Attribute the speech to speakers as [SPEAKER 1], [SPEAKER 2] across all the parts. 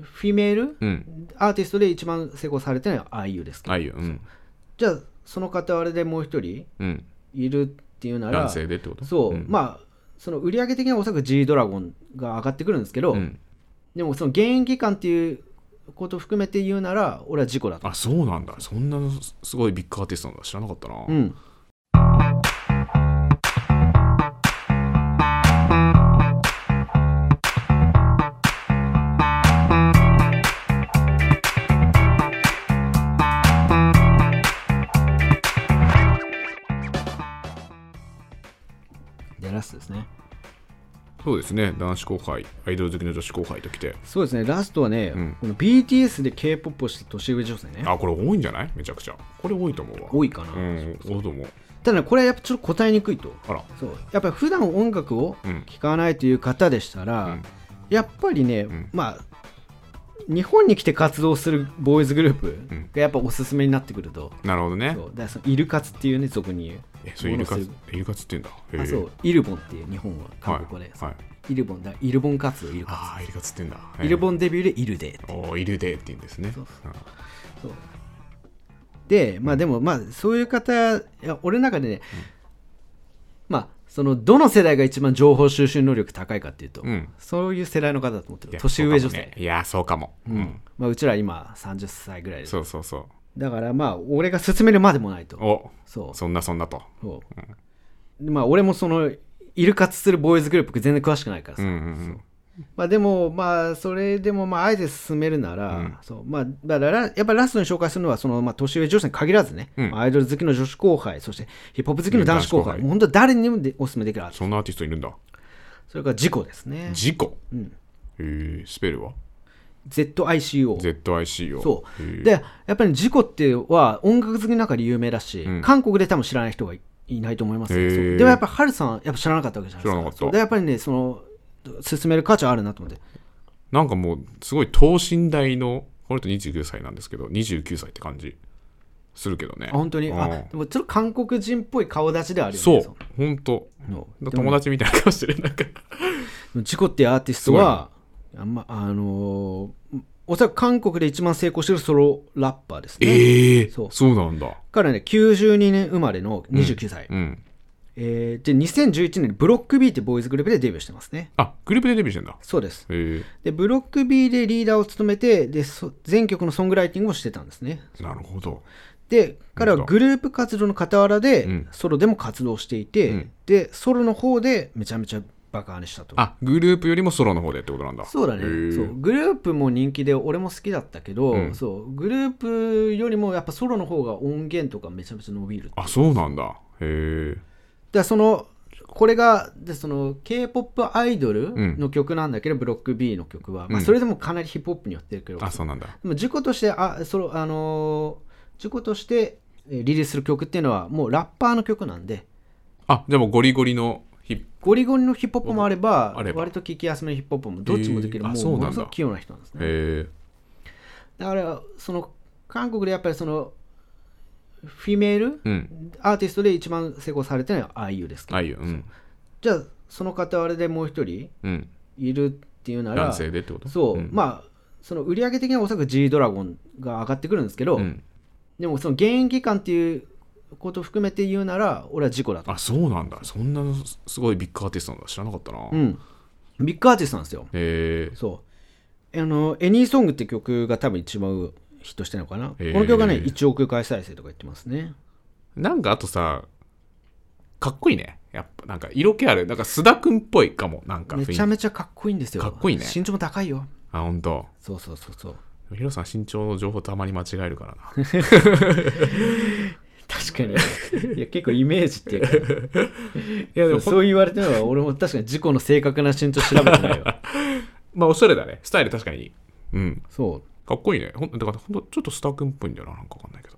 [SPEAKER 1] フィメール
[SPEAKER 2] うん。
[SPEAKER 1] アーティストで一番成功されてるのは IU ですけど
[SPEAKER 2] ああいう、うん。
[SPEAKER 1] じゃあその方あれでもう一人
[SPEAKER 2] うん。
[SPEAKER 1] いるっていうなら
[SPEAKER 2] 男性でってこと
[SPEAKER 1] そう、
[SPEAKER 2] ん
[SPEAKER 1] まあその売り上げ的にはおそらく G ドラゴンが上がってくるんですけど、
[SPEAKER 2] うん。
[SPEAKER 1] でもその現役感っていうことを含めて言うなら俺は事故だと、
[SPEAKER 2] あ、そうなんだ。そんなすすごいビッグアーティストなんだ。知らなかったな。
[SPEAKER 1] うん、でラストですね
[SPEAKER 2] そうですね。男子後輩、アイドル好きの女子後輩ときて。
[SPEAKER 1] そうですねラストはね、
[SPEAKER 2] うん
[SPEAKER 1] この BTS で K-POP をして年上女性ね
[SPEAKER 2] あ、これ多いんじゃないめちゃくちゃ。これ多いと思うわ。
[SPEAKER 1] 多いかな、
[SPEAKER 2] うん、多いと思う。
[SPEAKER 1] ただねこれはやっぱちょっと答えにくいと
[SPEAKER 2] あら。
[SPEAKER 1] そうやっぱり普段音楽を
[SPEAKER 2] うん。
[SPEAKER 1] 聴かないという方でしたら、
[SPEAKER 2] うん
[SPEAKER 1] やっぱりね、
[SPEAKER 2] ん
[SPEAKER 1] まあ日本に来て活動するボーイズグルー
[SPEAKER 2] ん
[SPEAKER 1] プがやっぱおすすめになってくると、
[SPEAKER 2] なるほどね
[SPEAKER 1] そ。うだからそのイルカツっていうね俗に言う
[SPEAKER 2] え、そうイルカ
[SPEAKER 1] もの
[SPEAKER 2] ツ
[SPEAKER 1] する、
[SPEAKER 2] イルカツって言うんだ。へ
[SPEAKER 1] あ
[SPEAKER 2] え
[SPEAKER 1] そうイルボンっていう日本は韓国語で、
[SPEAKER 2] はい。はい、
[SPEAKER 1] イルボンだイルボン活動イルカ
[SPEAKER 2] ああ、イルカツって言うんだ。
[SPEAKER 1] ツイルボンデビューでイルデー
[SPEAKER 2] おーイルデーって言うんですね。
[SPEAKER 1] そう
[SPEAKER 2] うん
[SPEAKER 1] そうでまあでもまあそういう方いや俺の中でね、まあそのどの世代が一番情報収集能力高いかっていうと、
[SPEAKER 2] うん
[SPEAKER 1] そういう世代の方だと思って
[SPEAKER 2] い
[SPEAKER 1] る
[SPEAKER 2] や
[SPEAKER 1] 年上女性、
[SPEAKER 2] そうかもねいや、そうかも。う
[SPEAKER 1] うん
[SPEAKER 2] ん。
[SPEAKER 1] まあ、うちら今30歳ぐらいです
[SPEAKER 2] そうそうそ
[SPEAKER 1] だからまあ俺が勧めるまでもないと
[SPEAKER 2] う。お
[SPEAKER 1] そう
[SPEAKER 2] そんなそんなと。
[SPEAKER 1] そう、でまあ俺もそのイルカツするボーイズグループ全然詳しくないから
[SPEAKER 2] う
[SPEAKER 1] さ、
[SPEAKER 2] んうん
[SPEAKER 1] まあでもまあそれでもまああえて進めるなら、
[SPEAKER 2] うん
[SPEAKER 1] そうまあだからやっぱラストに紹介するのはそのまあ年上女子に限らずね、
[SPEAKER 2] うん
[SPEAKER 1] アイドル好きの女子後輩そしてヒップホップ好きの男子後輩
[SPEAKER 2] うん男子後輩
[SPEAKER 1] もう本当誰にもでお勧めできるアー
[SPEAKER 2] うん。
[SPEAKER 1] ティス
[SPEAKER 2] そんなアーティストいるんだ。
[SPEAKER 1] トそれから事故ですね
[SPEAKER 2] 事故
[SPEAKER 1] うん
[SPEAKER 2] えー、スペルは
[SPEAKER 1] ZICO
[SPEAKER 2] ?ZIC を。
[SPEAKER 1] そ
[SPEAKER 2] へー
[SPEAKER 1] う。で、やっぱり事故っては音楽好きの中で有名だし、
[SPEAKER 2] うん
[SPEAKER 1] 韓国で多分知らない人がいいないと思います
[SPEAKER 2] へ
[SPEAKER 1] よ。
[SPEAKER 2] ー
[SPEAKER 1] そうでもやっぱりハルさん、やっぱ知らなかったわけじゃないですか。
[SPEAKER 2] 知らなかった
[SPEAKER 1] そうで、やっぱりね、その、進める価値はあるなと思って。
[SPEAKER 2] なんかもう、すごい等身大の、この人29歳なんですけど、29歳って感じするけどね。
[SPEAKER 1] あ本当に、
[SPEAKER 2] うん
[SPEAKER 1] あ、でもちょっと韓国人っぽい顔立ちではあるよね。
[SPEAKER 2] そう、本当。
[SPEAKER 1] の
[SPEAKER 2] 友達みたいな顔してる。 なんか、
[SPEAKER 1] 事故っていうアーティストは、あんま、あのーおそらく韓国で一番成功してるソロラッパーですね。
[SPEAKER 2] ええ
[SPEAKER 1] そう
[SPEAKER 2] そうなんだ。
[SPEAKER 1] 彼ね、92年生まれの29歳。
[SPEAKER 2] うん。
[SPEAKER 1] えーで、2011年にブロックビーってボーイズグループでデビューしてますね。
[SPEAKER 2] あ、グループでデビューしてんだ。
[SPEAKER 1] そうです。
[SPEAKER 2] え
[SPEAKER 1] でブロック B でリーダーを務めてでそ全曲のソングライティングをしてたんですね
[SPEAKER 2] えなるほど。
[SPEAKER 1] で彼はグループ活動の傍らで、
[SPEAKER 2] うん
[SPEAKER 1] ソロでも活動していて、
[SPEAKER 2] うん
[SPEAKER 1] でソロの方でめちゃめちゃバカにしたと
[SPEAKER 2] あ、グループよりもソロの方でってことなんだ。
[SPEAKER 1] そうだね
[SPEAKER 2] へえ
[SPEAKER 1] そうグループも人気で俺も好きだったけど、
[SPEAKER 2] うん
[SPEAKER 1] そうグループよりもやっぱソロの方が音源とかめちゃめちゃ伸びる
[SPEAKER 2] あ、そうなんだ。へえ。
[SPEAKER 1] でそのこれがでその k p o p アイドルの曲なんだけど、ブロック B の曲は、まあ、
[SPEAKER 2] うん
[SPEAKER 1] それでもかなりヒップホップに寄ってるけど、
[SPEAKER 2] あ、そうなんだ。
[SPEAKER 1] でも自己としてあそのあのー自己としてえーリリースする曲っていうのはもうラッパーの曲なんで
[SPEAKER 2] あ、じゃあもうゴリゴリのヒップ。
[SPEAKER 1] ゴリゴリのヒップホップもあれば
[SPEAKER 2] あれば
[SPEAKER 1] 割と聴きやすめのヒップホップもどっちもできる、
[SPEAKER 2] へーあ
[SPEAKER 1] も
[SPEAKER 2] そう
[SPEAKER 1] うも
[SPEAKER 2] なんだ
[SPEAKER 1] のすごく器用な人なんですね
[SPEAKER 2] へえ。
[SPEAKER 1] だからその韓国でやっぱりそのフィメール
[SPEAKER 2] うん。
[SPEAKER 1] アーティストで一番成功されてるのは IU ですけど、
[SPEAKER 2] あいいよ。うん。
[SPEAKER 1] じゃあその方あれでもう一人
[SPEAKER 2] うん。
[SPEAKER 1] いるっていうなら
[SPEAKER 2] 男性でってこと
[SPEAKER 1] そう、
[SPEAKER 2] ん
[SPEAKER 1] まあその売り上げ的にはおそらく G ドラゴンが上がってくるんですけど、
[SPEAKER 2] うん。
[SPEAKER 1] でもその現役感っていうことを含めて言うなら俺は事故だと。
[SPEAKER 2] あ、そうなんだ。そんなすごいビッグアーティストなんだ。知らなかったな。
[SPEAKER 1] う
[SPEAKER 2] へ
[SPEAKER 1] ん。ビッグアーティストなんですよ。
[SPEAKER 2] え。
[SPEAKER 1] そう。あの、エニーソングって曲が多分一番ヒットしてるのかな。こ
[SPEAKER 2] へー
[SPEAKER 1] の曲がね、1億回再生とか言ってますね。
[SPEAKER 2] なんかあとさ、かっこいいね。やっぱなんか色気ある。なんか須田くんっぽいかも。なんか雰囲
[SPEAKER 1] め
[SPEAKER 2] 気
[SPEAKER 1] ちゃめちゃかっこいいんですよ。
[SPEAKER 2] かっこいいね
[SPEAKER 1] 身長も高いよ。
[SPEAKER 2] あ、ほんと。
[SPEAKER 1] そうそうそうそう。
[SPEAKER 2] ヒロさん身長の情報たまに間違えるからな。
[SPEAKER 1] 確か に。いや、結構イメージっていうか、
[SPEAKER 2] いやでもほん
[SPEAKER 1] そう言われてるのは俺も確かに事故の正確な身長調べて ないよ。
[SPEAKER 2] まあおしゃれだね。スタイル確かに。うん。
[SPEAKER 1] そ
[SPEAKER 2] かっこいいね。ほんだからほんとちょっと須田くんっぽいんだよな。なんかわかんないけど。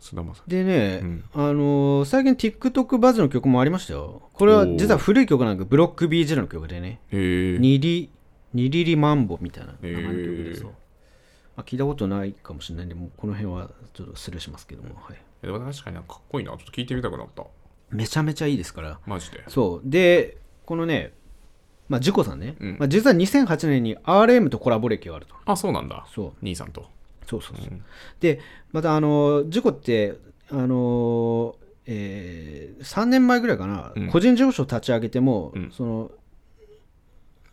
[SPEAKER 2] 須田まさ
[SPEAKER 1] う。でね、
[SPEAKER 2] うん
[SPEAKER 1] あのー最近 TikTok バズの曲もありましたよ。これは実は古い曲なんだけど、ブロック BG の曲でね。
[SPEAKER 2] へえ。
[SPEAKER 1] にりにりりマンボみたいな名前の曲
[SPEAKER 2] へ
[SPEAKER 1] で
[SPEAKER 2] ー
[SPEAKER 1] そう、まあ、聞いたことないかもしれないんでもうこの辺はちょっと失礼しますけども、はい、
[SPEAKER 2] でも確かになんかかっこいいな。ちょっと聞いてみたくなった。
[SPEAKER 1] めちゃめちゃいいですから
[SPEAKER 2] マジで。
[SPEAKER 1] そうでこのねまあ、ジュコさんね、
[SPEAKER 2] うん
[SPEAKER 1] まあ、実は2008年に RM とコラボ歴があると。
[SPEAKER 2] あ、そうなんだ。
[SPEAKER 1] そう
[SPEAKER 2] 兄さんと。
[SPEAKER 1] そうそうそう。で、また、あのー、事故って、あのーえ3年前ぐらいかな、
[SPEAKER 2] うん
[SPEAKER 1] 個人事務所立ち上げても、
[SPEAKER 2] うん
[SPEAKER 1] その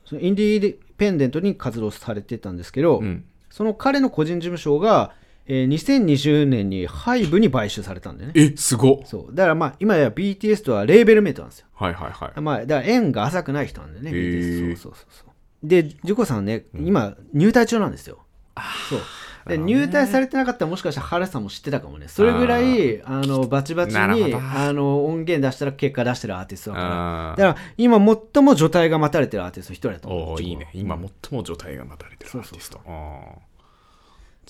[SPEAKER 1] そのインディペンデントに活動されてたんですけど、
[SPEAKER 2] うん。
[SPEAKER 1] その彼の個人事務所が、えー2020年にハイブに買収されたんでね。
[SPEAKER 2] え、すごっ
[SPEAKER 1] そうだからまあ今や BTS とはレーベルメイトなんですよ。
[SPEAKER 2] はいはいはい。
[SPEAKER 1] まあ、だから縁が浅くない人なんでね、
[SPEAKER 2] へー
[SPEAKER 1] BTS そうそうそうそう。で、ジュコさんね、今、入隊中なんですよ。そうで入隊されてなかったら、もしかしたら原さんも知ってたかもね、それぐらいあのバチバチ
[SPEAKER 2] なるほ
[SPEAKER 1] に
[SPEAKER 2] ど
[SPEAKER 1] あの音源出したら結果出してるアーティストだか
[SPEAKER 2] あ
[SPEAKER 1] ら、だ
[SPEAKER 2] ー
[SPEAKER 1] から今、最も除隊が待たれてるアーティスト一人だと思う。
[SPEAKER 2] おー
[SPEAKER 1] ジュ
[SPEAKER 2] い
[SPEAKER 1] コ
[SPEAKER 2] いね。今、最も状態が待たれてるアーティスト。あー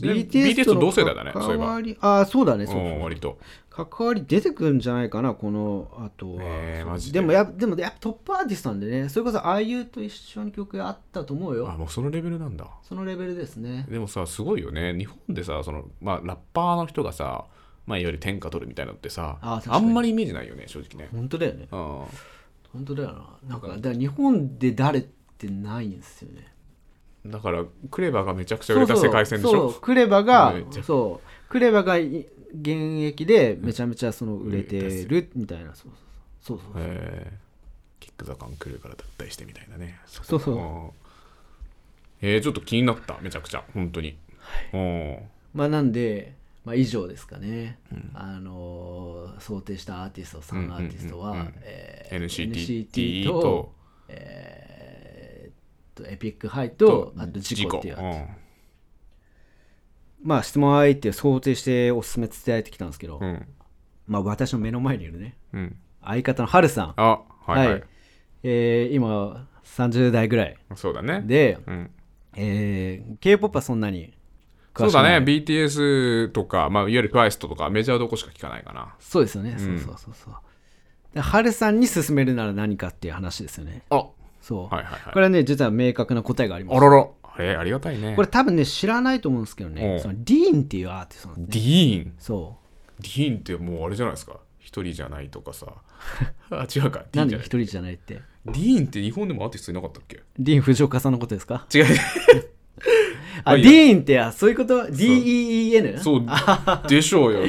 [SPEAKER 2] で BTS
[SPEAKER 1] BTS
[SPEAKER 2] と
[SPEAKER 1] と
[SPEAKER 2] 同
[SPEAKER 1] 同
[SPEAKER 2] 世
[SPEAKER 1] 世
[SPEAKER 2] 代
[SPEAKER 1] 代
[SPEAKER 2] だ
[SPEAKER 1] だ
[SPEAKER 2] ね
[SPEAKER 1] ね、
[SPEAKER 2] そういえば。
[SPEAKER 1] ああ、そうだね、そうそう
[SPEAKER 2] うん割と。
[SPEAKER 1] 関わり出てくるんじゃないかな、このあとは。
[SPEAKER 2] えーマジで
[SPEAKER 1] でもや、でもやっぱトップアーティストなんでね、それこそ IU と一緒に曲があったと思う
[SPEAKER 2] あ、
[SPEAKER 1] よ。
[SPEAKER 2] もうそのレベルなんだ。
[SPEAKER 1] そのレベルですね。
[SPEAKER 2] でもさ、すごいよね。日本でさ、そのまあ、ラッパーの人がさ、まあ、いわゆる天下取るみたいなのってさ、
[SPEAKER 1] あー確か
[SPEAKER 2] あ
[SPEAKER 1] に
[SPEAKER 2] んまりイメージないよね、正直ね。
[SPEAKER 1] 本当だよね。
[SPEAKER 2] うん
[SPEAKER 1] 本当だよな。なんか、だから日本で誰ってないんですよね。
[SPEAKER 2] だから、クレバーがめちゃくちゃ売れた世界戦でし
[SPEAKER 1] そ
[SPEAKER 2] ょ
[SPEAKER 1] う、。クレバが
[SPEAKER 2] めっちゃ、
[SPEAKER 1] そう、クレバがい現役でめちゃめちゃその売れてるみたいな。そうそうそう。
[SPEAKER 2] えーキック・ザ・カン・クルーから脱退してみたいなね。
[SPEAKER 1] そうそう
[SPEAKER 2] うんえーちょっと気になった、めちゃくちゃ、本当に。うん
[SPEAKER 1] まあなんで、まあ、以上ですかね、あのー想定したアーティスト
[SPEAKER 2] うんうんうん
[SPEAKER 1] 3アーティストは、えー
[SPEAKER 2] NCT
[SPEAKER 1] NCT
[SPEAKER 2] と
[SPEAKER 1] と,、えーっとエピックハイとあと事故っていうアーティストまあ質問相手を想定しておすすめ伝えてきたんですけど、
[SPEAKER 2] うんうん
[SPEAKER 1] まあ私の目の前にいるね
[SPEAKER 2] うん
[SPEAKER 1] 相方のハルさん
[SPEAKER 2] あはいはい、
[SPEAKER 1] えー今30代ぐらい
[SPEAKER 2] そうだね
[SPEAKER 1] で、
[SPEAKER 2] うん、
[SPEAKER 1] えー、k p o p はそんなに
[SPEAKER 2] そ
[SPEAKER 1] 詳
[SPEAKER 2] う
[SPEAKER 1] しく
[SPEAKER 2] だ
[SPEAKER 1] ない
[SPEAKER 2] ね BTS とか、まあ、いわゆる TWICE とかメジャーどこしか聞かないかな
[SPEAKER 1] そうですよね、そうそうそうそうでハルさんに勧めるなら何かっていう話ですよね
[SPEAKER 2] あは
[SPEAKER 1] そう、
[SPEAKER 2] いはいはい
[SPEAKER 1] これはね実は明確な答えがありま
[SPEAKER 2] あ
[SPEAKER 1] す
[SPEAKER 2] ららあれありがたいね
[SPEAKER 1] これ多分ね知らないと思うんですけど
[SPEAKER 2] う
[SPEAKER 1] ね
[SPEAKER 2] ん
[SPEAKER 1] そのディーンっていうアーティストなんですね
[SPEAKER 2] ディーン
[SPEAKER 1] そう
[SPEAKER 2] ディーンってもうあれじゃないですか一人じゃない とかさあ違うかディー
[SPEAKER 1] な
[SPEAKER 2] ン
[SPEAKER 1] ん
[SPEAKER 2] じ
[SPEAKER 1] で
[SPEAKER 2] ゃ
[SPEAKER 1] 一
[SPEAKER 2] ない
[SPEAKER 1] 人じゃないって
[SPEAKER 2] ディーンって日本でもアーティストいなかったっけ
[SPEAKER 1] ディーン藤岡さんのことですか
[SPEAKER 2] 違う
[SPEAKER 1] あ
[SPEAKER 2] い
[SPEAKER 1] ディ
[SPEAKER 2] や
[SPEAKER 1] ーンってあそういうこと ?DEEN?
[SPEAKER 2] そうでしょうよ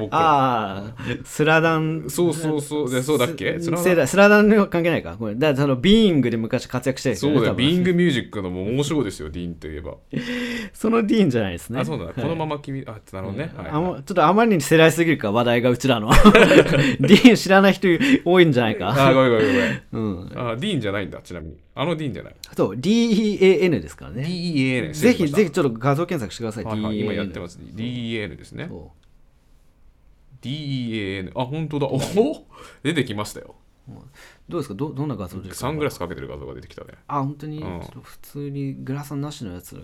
[SPEAKER 2] 僕
[SPEAKER 1] ああスラダン
[SPEAKER 2] そうそうそうでそうだっけ
[SPEAKER 1] ス
[SPEAKER 2] それは
[SPEAKER 1] 世代スラダンには関係ないかごめんだからそのビーイングで昔活躍したり
[SPEAKER 2] そうだよビーイングミュージックのもう面白いですよディーンといえば
[SPEAKER 1] そのディーンじゃないですね
[SPEAKER 2] あそうだ、このまま君あなるほどね、はい
[SPEAKER 1] あもうちょっとあまりに世代すぎるから話題がうち らのディーン知らない人多いんじゃないか
[SPEAKER 2] あごめんごめんごめん
[SPEAKER 1] うん
[SPEAKER 2] あディーンじゃないんだちなみにあのディーンじゃない
[SPEAKER 1] そう DEAN ですからね
[SPEAKER 2] DEAN
[SPEAKER 1] ぜひぜひちょっと画像検索してください、
[SPEAKER 2] はいはい、今やってますす DEAN ですね
[SPEAKER 1] そ
[SPEAKER 2] DEAN あ本当だおお出てきましたよ
[SPEAKER 1] うどうですかどどんな画像ですか
[SPEAKER 2] サングラスかけてる画像が出てきたね
[SPEAKER 1] あ本当に、
[SPEAKER 2] うん
[SPEAKER 1] ちょっと普通にグラサンなしのやつ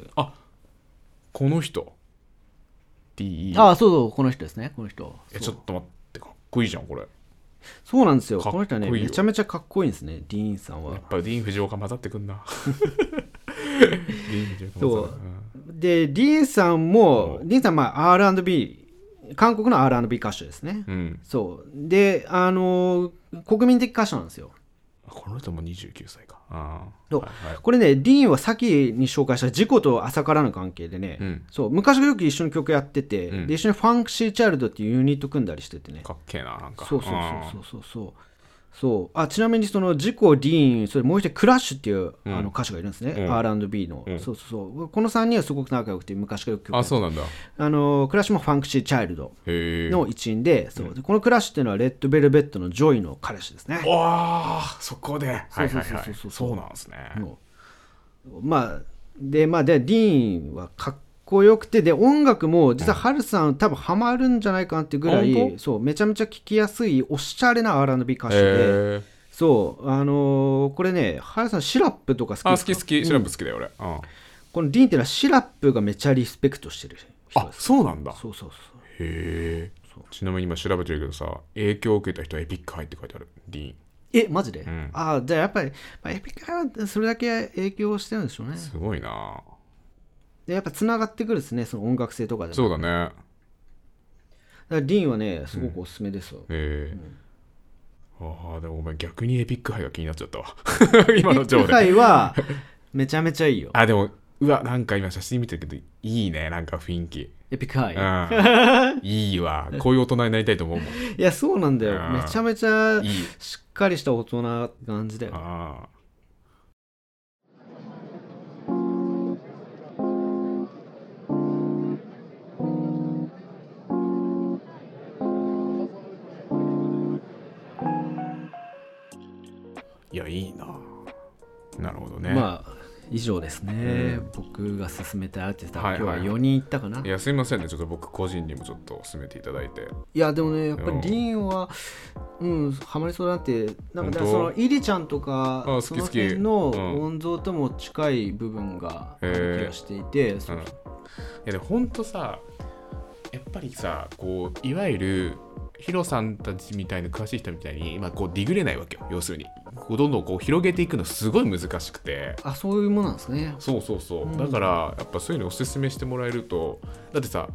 [SPEAKER 2] この人 DEAN
[SPEAKER 1] あそうそうこの人ですねこの人
[SPEAKER 2] えち
[SPEAKER 1] そ
[SPEAKER 2] ょ
[SPEAKER 1] う
[SPEAKER 2] っと待ってかっこいいじゃんこれ
[SPEAKER 1] そうなんですよ
[SPEAKER 2] かっ
[SPEAKER 1] こ
[SPEAKER 2] こい
[SPEAKER 1] の
[SPEAKER 2] い
[SPEAKER 1] 人
[SPEAKER 2] よ
[SPEAKER 1] はねめちゃめちゃかっこいいんですねディーンさんは
[SPEAKER 2] やっぱディーン・フジオカ混ざってく んなディーン・フジオカ混ざる
[SPEAKER 1] そうでディーンさんも
[SPEAKER 2] う
[SPEAKER 1] ディーンさんはまあ R&B 韓国の R&B 歌手ですね、
[SPEAKER 2] うん、うん、
[SPEAKER 1] そうであのー国民的歌手なんですよ
[SPEAKER 2] この人も29歳かああ
[SPEAKER 1] そう
[SPEAKER 2] はいはい
[SPEAKER 1] これねディーンは先に紹介した「事故と朝からの関係でね、
[SPEAKER 2] うん
[SPEAKER 1] そう昔よく一緒に曲やってて、
[SPEAKER 2] うん
[SPEAKER 1] で一緒にファンクシーチャイルドっていうユニット組んだりしててね
[SPEAKER 2] かっけえななんか
[SPEAKER 1] そうそう
[SPEAKER 2] ああ
[SPEAKER 1] そうそうそうそうそうあちなみにその事故ディーンそれもう一人クラッシュっていう、
[SPEAKER 2] ん
[SPEAKER 1] あの歌手がいるんですね、
[SPEAKER 2] うん
[SPEAKER 1] R&B の、
[SPEAKER 2] うん
[SPEAKER 1] そうそうそうこの3人はすごく仲良くて昔からよく曲や
[SPEAKER 2] あ
[SPEAKER 1] ってて
[SPEAKER 2] そうなんだ
[SPEAKER 1] あのクラッシュもファンクシーチャイルド
[SPEAKER 2] へえ
[SPEAKER 1] の一員で,、そうでこのクラッシュっていうのはレッドベルベットのジョイの彼氏ですね。
[SPEAKER 2] わあそこではい
[SPEAKER 1] そ
[SPEAKER 2] は
[SPEAKER 1] うそう
[SPEAKER 2] いは
[SPEAKER 1] そう
[SPEAKER 2] い
[SPEAKER 1] そう
[SPEAKER 2] そうなんですね
[SPEAKER 1] そうまあでまあでディーンはかっこよくてで音楽も実はハルさん、多分ハマるんじゃないかなってぐら
[SPEAKER 2] 本当
[SPEAKER 1] いそうめちゃめちゃ聴きやすいおしゃれな R&B 歌手で、
[SPEAKER 2] へえ
[SPEAKER 1] そうあのーこれねハルさんシラップとか好き
[SPEAKER 2] あ
[SPEAKER 1] で
[SPEAKER 2] 好
[SPEAKER 1] す
[SPEAKER 2] き
[SPEAKER 1] か
[SPEAKER 2] 好きシラップ好きだよ俺うん
[SPEAKER 1] このディーンっていうのはシラップがめちゃリスペクトしてる人
[SPEAKER 2] あ
[SPEAKER 1] です
[SPEAKER 2] そうなんだ
[SPEAKER 1] そうそうそう
[SPEAKER 2] へえちなみに今調べてるけどさ影響を受けた人はエピックハイって書いてあるディーン
[SPEAKER 1] えマジで、
[SPEAKER 2] ん
[SPEAKER 1] ああじゃあやっぱり、まあ、エピカはそれだけ影響してるんでしょうね
[SPEAKER 2] すごいな
[SPEAKER 1] でやっぱつながってくるですねその音楽性とかでも
[SPEAKER 2] そうだね
[SPEAKER 1] だからディーンはねすごくおすすめですよ、
[SPEAKER 2] へえああでもごめん逆にエピック杯が気になっちゃったわ今の
[SPEAKER 1] 今
[SPEAKER 2] 情で
[SPEAKER 1] 回はめちゃめちゃいい よ
[SPEAKER 2] あでもうわなんか今写真見てるけどいいねなんか雰囲気
[SPEAKER 1] エピカイ
[SPEAKER 2] うんいいわこういう大人になりたいと思うもん
[SPEAKER 1] いやそうなんだよ
[SPEAKER 2] うん
[SPEAKER 1] めちゃめちゃ
[SPEAKER 2] いい
[SPEAKER 1] しっかりした大人な感じだよ
[SPEAKER 2] ああいやいいななるほどね、
[SPEAKER 1] まあ以上ですね、
[SPEAKER 2] うん
[SPEAKER 1] 僕が勧めたアーティスト
[SPEAKER 2] は
[SPEAKER 1] はい今日
[SPEAKER 2] はい
[SPEAKER 1] は4人いったかな、い
[SPEAKER 2] いやすいませんねちょっと僕個人にもちょっと進めていただいて
[SPEAKER 1] やでもねやっぱ
[SPEAKER 2] う
[SPEAKER 1] り
[SPEAKER 2] ん
[SPEAKER 1] ディーンはうんハマりそうだなってなん
[SPEAKER 2] 本
[SPEAKER 1] かだ
[SPEAKER 2] 当
[SPEAKER 1] からそのイリちゃんとか
[SPEAKER 2] 好き
[SPEAKER 1] その
[SPEAKER 2] 好き
[SPEAKER 1] 辺の
[SPEAKER 2] うん、
[SPEAKER 1] 音像とも近い部分がある気がしていて、そううん
[SPEAKER 2] いやでもほんとさやっぱりさこういわゆるヒロさんたちみたいな詳しい人みたいに今こうディグれないわけよ要するにこうどんどんこう広げていくのすごい難しくて
[SPEAKER 1] あそういうものなんですね
[SPEAKER 2] そうそうそう、
[SPEAKER 1] うん
[SPEAKER 2] だからやっぱそういうのおすすめしてもらえるとだってさ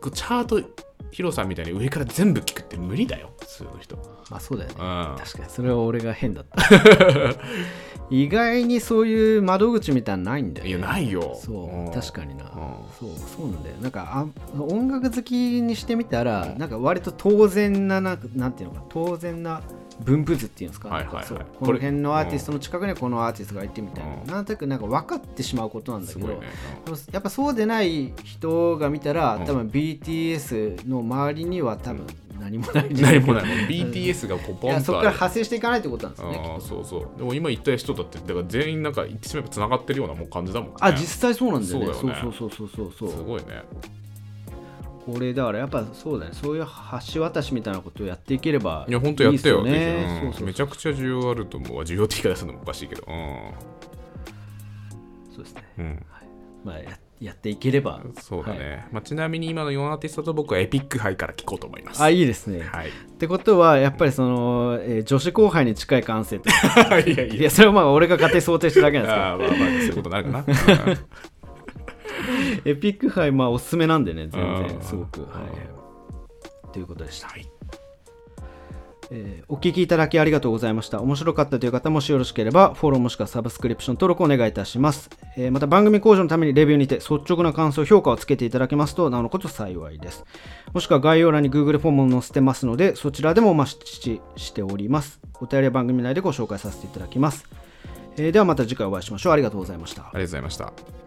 [SPEAKER 2] こうチャートヒロさんみたいに上から全部聞くって無理だよ普通の人
[SPEAKER 1] まあそうだよね
[SPEAKER 2] うん
[SPEAKER 1] 確かにそれは俺が変だった 意外にそういう窓口みたいなのないんだよ、ね、
[SPEAKER 2] いやないよ
[SPEAKER 1] そう、
[SPEAKER 2] うん
[SPEAKER 1] 確かにな、
[SPEAKER 2] うん
[SPEAKER 1] そうそうなんだよなんかあ音楽好きにしてみたらなんか割と当然ななんかなんていうのか当然な分布図っていうんですか,、
[SPEAKER 2] はいはいはい
[SPEAKER 1] そう
[SPEAKER 2] これ
[SPEAKER 1] この辺のアーティストの近くにはこのアーティストがいてみたいな、
[SPEAKER 2] うん
[SPEAKER 1] なんとなくなんか分かってしまうことなんだ
[SPEAKER 2] す
[SPEAKER 1] けど
[SPEAKER 2] ごいね、
[SPEAKER 1] でもやっぱそうでない人が見たら、
[SPEAKER 2] うん
[SPEAKER 1] 多分 BTS の周りには多分何もないん
[SPEAKER 2] うん
[SPEAKER 1] じゃな
[SPEAKER 2] 何
[SPEAKER 1] いか
[SPEAKER 2] も
[SPEAKER 1] な
[SPEAKER 2] ないもん BTS がこう
[SPEAKER 1] い
[SPEAKER 2] ポンとあ
[SPEAKER 1] や
[SPEAKER 2] る
[SPEAKER 1] そこから派生していかないってことなんですよねきっと
[SPEAKER 2] ああそうそうでも今言った人だってだから全員なんか言ってしまえばつながってるようなもう感じだもんね
[SPEAKER 1] あ実際そうなんだよね
[SPEAKER 2] そ
[SPEAKER 1] そうう
[SPEAKER 2] だよね
[SPEAKER 1] そうそうそうそう
[SPEAKER 2] す
[SPEAKER 1] そう
[SPEAKER 2] ごいね
[SPEAKER 1] これだからやっぱそうだねそういう橋渡しみたいなことをやっていければ
[SPEAKER 2] いや本当やってよ
[SPEAKER 1] いいっすね
[SPEAKER 2] ぜひうん
[SPEAKER 1] そうそう
[SPEAKER 2] めちゃくちゃ需要あると思うわ需要って言い方するのもおかしいけどう
[SPEAKER 1] そうですね、
[SPEAKER 2] ん、うん、
[SPEAKER 1] まあ、ややっていければ
[SPEAKER 2] そうだね、
[SPEAKER 1] は
[SPEAKER 2] まあ、ちなみに今の4アーティストと僕はエピック杯から聞こうと思います
[SPEAKER 1] あ
[SPEAKER 2] い
[SPEAKER 1] いいですね、
[SPEAKER 2] は
[SPEAKER 1] っ
[SPEAKER 2] い
[SPEAKER 1] てことはやっぱりその、えー女子後輩に近い感性って
[SPEAKER 2] いやい
[SPEAKER 1] いやそれはまあ俺が勝手に想定してるだけなん
[SPEAKER 2] や
[SPEAKER 1] で
[SPEAKER 2] ああまあまあそういうことになる かなうん
[SPEAKER 1] すけどエピック杯まあおすすめなんでね全
[SPEAKER 2] うん
[SPEAKER 1] 然すごくはいということでした
[SPEAKER 2] はい
[SPEAKER 1] えーお聞きいただきありがとうございました。面白かったという方もしよろしければ、フォローもしくはサブスクリプション登録をお願いいたします。えーまた番組向上のためにレビューにて率直な感想、評価をつけていただけますと、なおのこと幸いです。もしくは概要欄に Google フォームを載せてますので、そちらでもお待ちしております。お便りは番組内でご紹介させていただきます。えーではまた次回お会いしましょう。ありがとうございました
[SPEAKER 2] あ。りがとうございました